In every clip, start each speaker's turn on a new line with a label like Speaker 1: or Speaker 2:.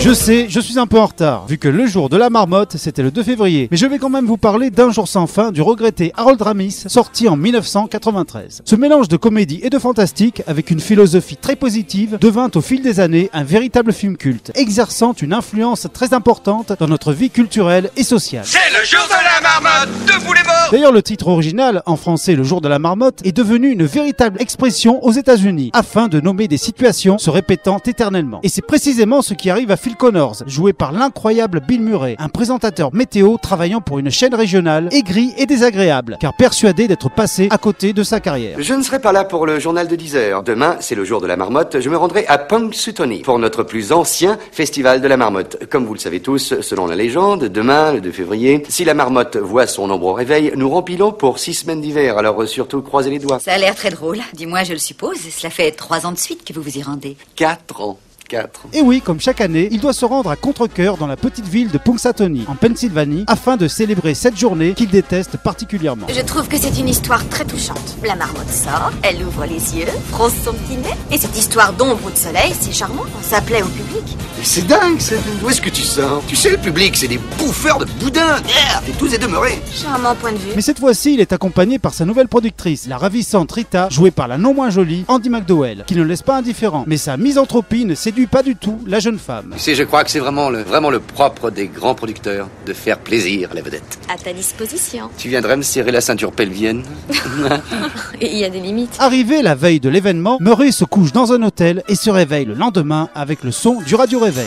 Speaker 1: Je sais, je suis un peu en retard, vu que le jour de la marmotte, c'était le 2 février. Mais je vais quand même vous parler d'un jour sans fin du regretté Harold Ramis, sorti en 1993. Ce mélange de comédie et de fantastique, avec une philosophie très positive, devint au fil des années un véritable film culte, exerçant une influence très importante dans notre vie culturelle et sociale.
Speaker 2: C'est le jour de la marmotte, debout les morts
Speaker 1: D'ailleurs, le titre original, en français Le jour de la marmotte, est devenu une véritable expression aux États-Unis, afin de nommer des situations se répétant éternellement. Et c'est précisément ce qui arrive à Phil Connors, joué par l'incroyable Bill Murray, un présentateur météo travaillant pour une chaîne régionale, aigri et désagréable, car persuadé d'être passé à côté de sa carrière.
Speaker 3: Je ne serai pas là pour le journal de 10 heures. Demain, c'est le jour de la marmotte, je me rendrai à Punxsutawney pour notre plus ancien festival de la marmotte. Comme vous le savez tous, selon la légende, demain, le 2 février, si la marmotte voit son ombre au réveil, nous rempilons pour six semaines d'hiver, alors euh, surtout croisez les doigts.
Speaker 4: Ça a l'air très drôle, du moins je le suppose. Cela fait trois ans de suite que vous vous y rendez.
Speaker 3: Quatre ans. Quatre.
Speaker 1: Et oui, comme chaque année, il doit se rendre à contre-cœur dans la petite ville de Punxsutawney, en Pennsylvanie, afin de célébrer cette journée qu'il déteste particulièrement.
Speaker 4: Je trouve que c'est une histoire très touchante. La marmotte sort, elle ouvre les yeux, fronce son petit nez. Et cette histoire d'ombre ou de soleil, c'est charmant, ça plaît au public.
Speaker 3: C'est dingue, ça. D'où est-ce que tu sors Tu sais, le public, c'est des bouffeurs de boudin. Merde, et tous est demeuré.
Speaker 4: Charmant point de vue.
Speaker 1: Mais cette fois-ci, il est accompagné par sa nouvelle productrice, la ravissante Rita, jouée par la non moins jolie Andy McDowell, qui ne laisse pas indifférent. Mais sa misanthropie ne séduit pas du tout la jeune femme.
Speaker 3: Tu sais, je crois que c'est vraiment le, vraiment le propre des grands producteurs de faire plaisir à la vedette.
Speaker 4: À ta disposition.
Speaker 3: Tu viendrais me serrer la ceinture pelvienne
Speaker 4: Et il y a des limites.
Speaker 1: Arrivé la veille de l'événement, Murray se couche dans un hôtel et se réveille le lendemain avec le son du radio-réveil.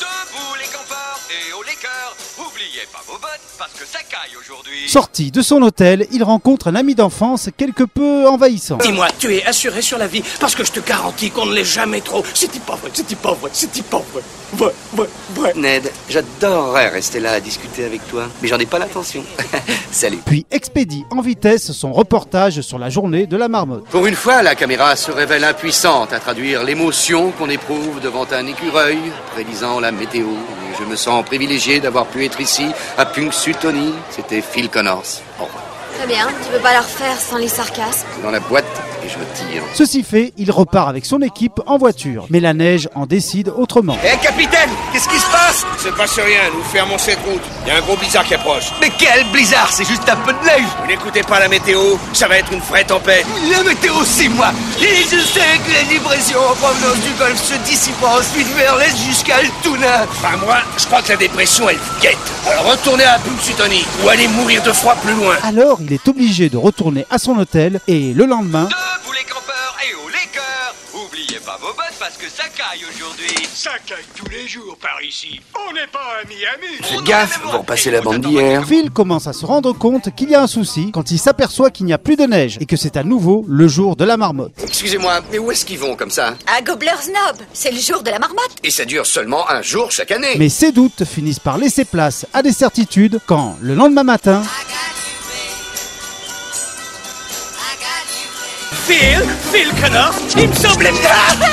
Speaker 2: Debout les campeurs et haut les cœurs Oubliez pas vos bottes parce que ça caille aujourd'hui
Speaker 1: Sorti de son hôtel, il rencontre un ami d'enfance quelque peu envahissant.
Speaker 5: Dis-moi, tu es assuré sur la vie parce que je te garantis qu'on ne l'est jamais trop. C'était pas vrai, c'était pas vrai, c'était pas vrai. Vrai, vrai, vrai.
Speaker 3: Ned, j'adorerais rester là à discuter avec toi, mais j'en ai pas l'intention. Salut.
Speaker 1: Puis expédie en vitesse son reportage sur la journée de la marmotte.
Speaker 3: Pour une fois, la caméra se révèle impuissante à traduire l'émotion qu'on éprouve devant un écureuil prédisant la météo. Et je me sens privilégié d'avoir pu être ici à Punxsutawney. C'était Phil Connors. Au revoir.
Speaker 4: Très bien, tu peux pas la refaire sans les sarcasmes.
Speaker 3: Dans la boîte et je me tire.
Speaker 1: Ceci fait, il repart avec son équipe en voiture. Mais la neige en décide autrement.
Speaker 2: Eh capitaine, qu'est-ce qui se passe
Speaker 5: C'est pas sur rien, nous fermons cette route. Il y a un gros blizzard qui approche.
Speaker 2: Mais quel blizzard, c'est juste un peu de neige
Speaker 5: Vous n'écoutez pas la météo, ça va être une vraie tempête.
Speaker 2: La météo aussi moi Et je sais que la dépression en provenance du golfe se dissipera ensuite vers l'est jusqu'à Altoona
Speaker 5: Enfin, moi, je crois que la dépression, elle vous guette. Alors retournez à Punxsutawney ou allez mourir de froid plus loin.
Speaker 1: Alors il est obligé de retourner à son hôtel et le lendemain,
Speaker 2: Debout Euh, les campeurs et haut les cœurs Oubliez pas vos bottes parce que ça caille aujourd'hui
Speaker 5: Ça caille tous les jours par ici. On n'est pas à Miami.
Speaker 3: Faites gaffe, vous repassez la bande d'hier.
Speaker 1: Phil commence à se rendre compte qu'il y a un souci quand il s'aperçoit qu'il n'y a plus de neige et que c'est à nouveau le jour de la marmotte.
Speaker 3: Excusez-moi, mais où est-ce qu'ils vont comme ça
Speaker 4: À Gobbler's Knob, c'est le jour de la marmotte.
Speaker 3: Et ça dure seulement un jour chaque année.
Speaker 1: Mais ses doutes finissent par laisser place à des certitudes quand, le lendemain matin,
Speaker 5: Phil, Phil Connors, il me semblait bien.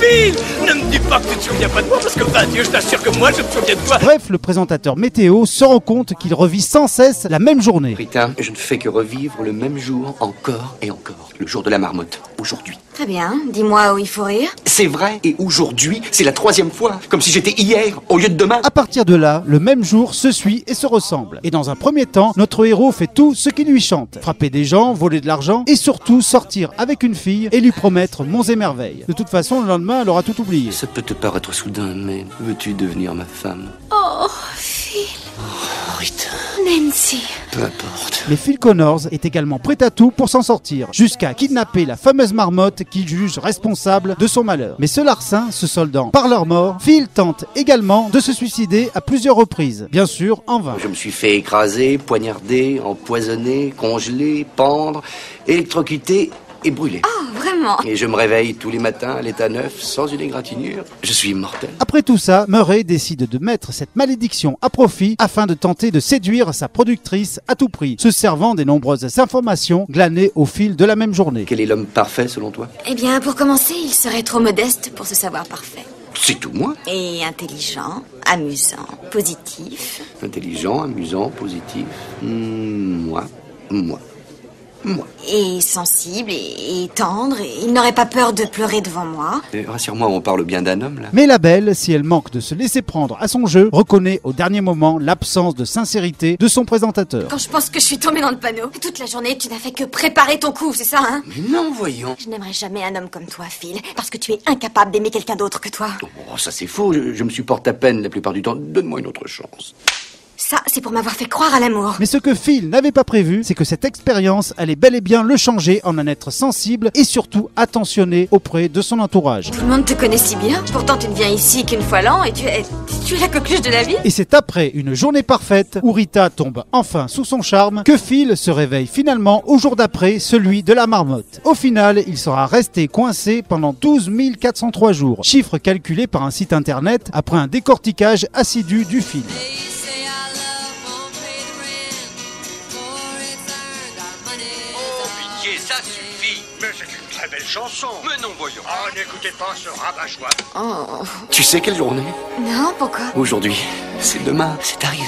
Speaker 5: Phil, ne me dis pas que tu te souviens pas de moi parce que, bah Dieu, je t'assure que moi, je me souviens de toi.
Speaker 1: bref, le présentateur météo se rend compte qu'il revit sans cesse la même journée.
Speaker 3: Rita, je ne fais que revivre le même jour encore et encore. Le jour de la marmotte, aujourd'hui.
Speaker 4: Très bien, dis-moi où il faut rire.
Speaker 3: C'est vrai, et aujourd'hui, c'est la troisième fois. Comme si j'étais hier, au lieu de demain.
Speaker 1: À partir de là, le même jour se suit et se ressemble. Et dans un premier temps, notre héros fait tout ce qui lui chante. Frapper des gens, voler de l'argent et surtout sortir avec une fille et lui promettre monts et merveilles. De toute façon, le lendemain, elle aura tout oublié.
Speaker 3: Ça peut te paraître soudain, mais veux-tu devenir ma femme
Speaker 4: Oh, Phil,
Speaker 3: Oh, Rita,
Speaker 4: Nancy.
Speaker 3: peu importe.
Speaker 1: Mais Phil Connors est également prêt à tout pour s'en sortir, jusqu'à kidnapper la fameuse marmotte qu'il juge responsable de son malheur. Mais ce larcin, se soldant par leur mort, Phil tente également de se suicider à plusieurs reprises. Bien sûr, en vain.
Speaker 3: Je me suis fait écraser, poignarder, empoisonner, congeler, pendre, électrocuter et brûlé.
Speaker 4: Oh, vraiment
Speaker 3: Et je me réveille tous les matins à l'état neuf, sans une égratignure. Je suis mortel.
Speaker 1: Après tout ça, Murray décide de mettre cette malédiction à profit afin de tenter de séduire sa productrice à tout prix, se servant des nombreuses informations glanées au fil de la même journée.
Speaker 3: Quel est l'homme parfait selon toi
Speaker 4: Eh bien, pour commencer, il serait trop modeste pour se savoir parfait.
Speaker 3: C'est tout moi.
Speaker 4: Et intelligent, amusant, positif.
Speaker 3: Intelligent, amusant, positif. Hmm, moi, moi.
Speaker 4: Et sensible et, et tendre, et il n'aurait pas peur de pleurer devant moi.
Speaker 3: Euh, Rassure-moi, on parle bien d'un homme là.
Speaker 1: Mais la belle, si elle manque de se laisser prendre à son jeu, reconnaît au dernier moment l'absence de sincérité de son présentateur.
Speaker 4: Quand je pense que je suis tombée dans le panneau, toute la journée tu n'as fait que préparer ton coup, c'est ça, hein
Speaker 3: Mais non, voyons.
Speaker 4: Je n'aimerais jamais un homme comme toi, Phil, parce que tu es incapable d'aimer quelqu'un d'autre que toi.
Speaker 3: Oh, ça c'est faux, je, je me supporte à peine la plupart du temps. Donne-moi une autre chance.
Speaker 4: Ça, c'est pour m'avoir fait croire à l'amour.
Speaker 1: Mais ce que Phil n'avait pas prévu, c'est que cette expérience allait bel et bien le changer en un être sensible et surtout attentionné auprès de son entourage.
Speaker 4: Tout le monde te connaît si bien, pourtant tu ne viens ici qu'une fois l'an et tu es, tu es la coqueluche de la vie.
Speaker 1: Et c'est après une journée parfaite où Rita tombe enfin sous son charme que Phil se réveille finalement au jour d'après, celui de la marmotte. Au final, il sera resté coincé pendant 12 403 jours, chiffre calculé par un site internet après un décortiquage assidu du film.
Speaker 5: Pitié, ça suffit. Mais c'est une très belle chanson. Mais non, voyons. Oh, n'écoutez pas ce rabat-joie.
Speaker 4: Oh,
Speaker 3: Tu sais quelle journée
Speaker 4: non, pourquoi
Speaker 3: Aujourd'hui. C'est demain. C'est arrivé.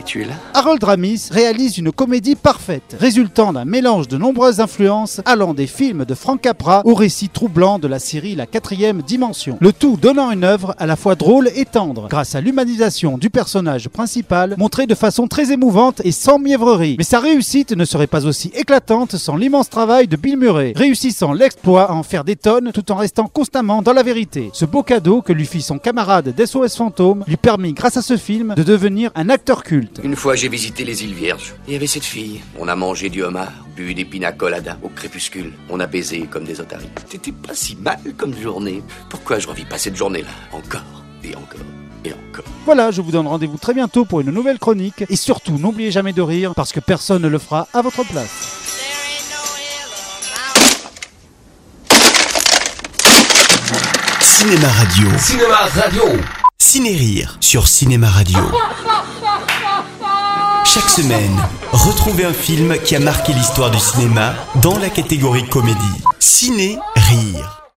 Speaker 3: Et tu es là
Speaker 1: Harold Ramis réalise une comédie parfaite, résultant d'un mélange de nombreuses influences allant des films de Frank Capra au récit troublant de la série La quatrième dimension. Le tout donnant une œuvre à la fois drôle et tendre, grâce à l'humanisation du personnage principal, montrée de façon très émouvante et sans mièvrerie. Mais sa réussite ne serait pas aussi éclatante sans l'immense travail de Bill Murray, réussissant l'exploit à en faire des tonnes tout en restant constamment dans la vérité. Ce beau cadeau que lui fit son camarade d'SOS Fantôme lui permit, grâce à ce film, de devenir un acteur culte.
Speaker 3: Une fois, j'ai visité les îles Vierges. Il y avait cette fille. On a mangé du homard, bu des pina coladas au crépuscule. On a baisé comme des otaries. C'était pas si mal comme journée. Pourquoi je revis pas cette journée-là Encore et encore et encore.
Speaker 1: Voilà, je vous donne rendez-vous très bientôt pour une nouvelle chronique. Et surtout, n'oubliez jamais de rire, parce que personne ne le fera à votre place.
Speaker 6: Cinéma Radio.
Speaker 2: Cinéma Radio.
Speaker 6: Ciné Rire sur Cinéma Radio. Chaque semaine, retrouvez un film qui a marqué l'histoire du cinéma dans la catégorie comédie. Ciné Rire.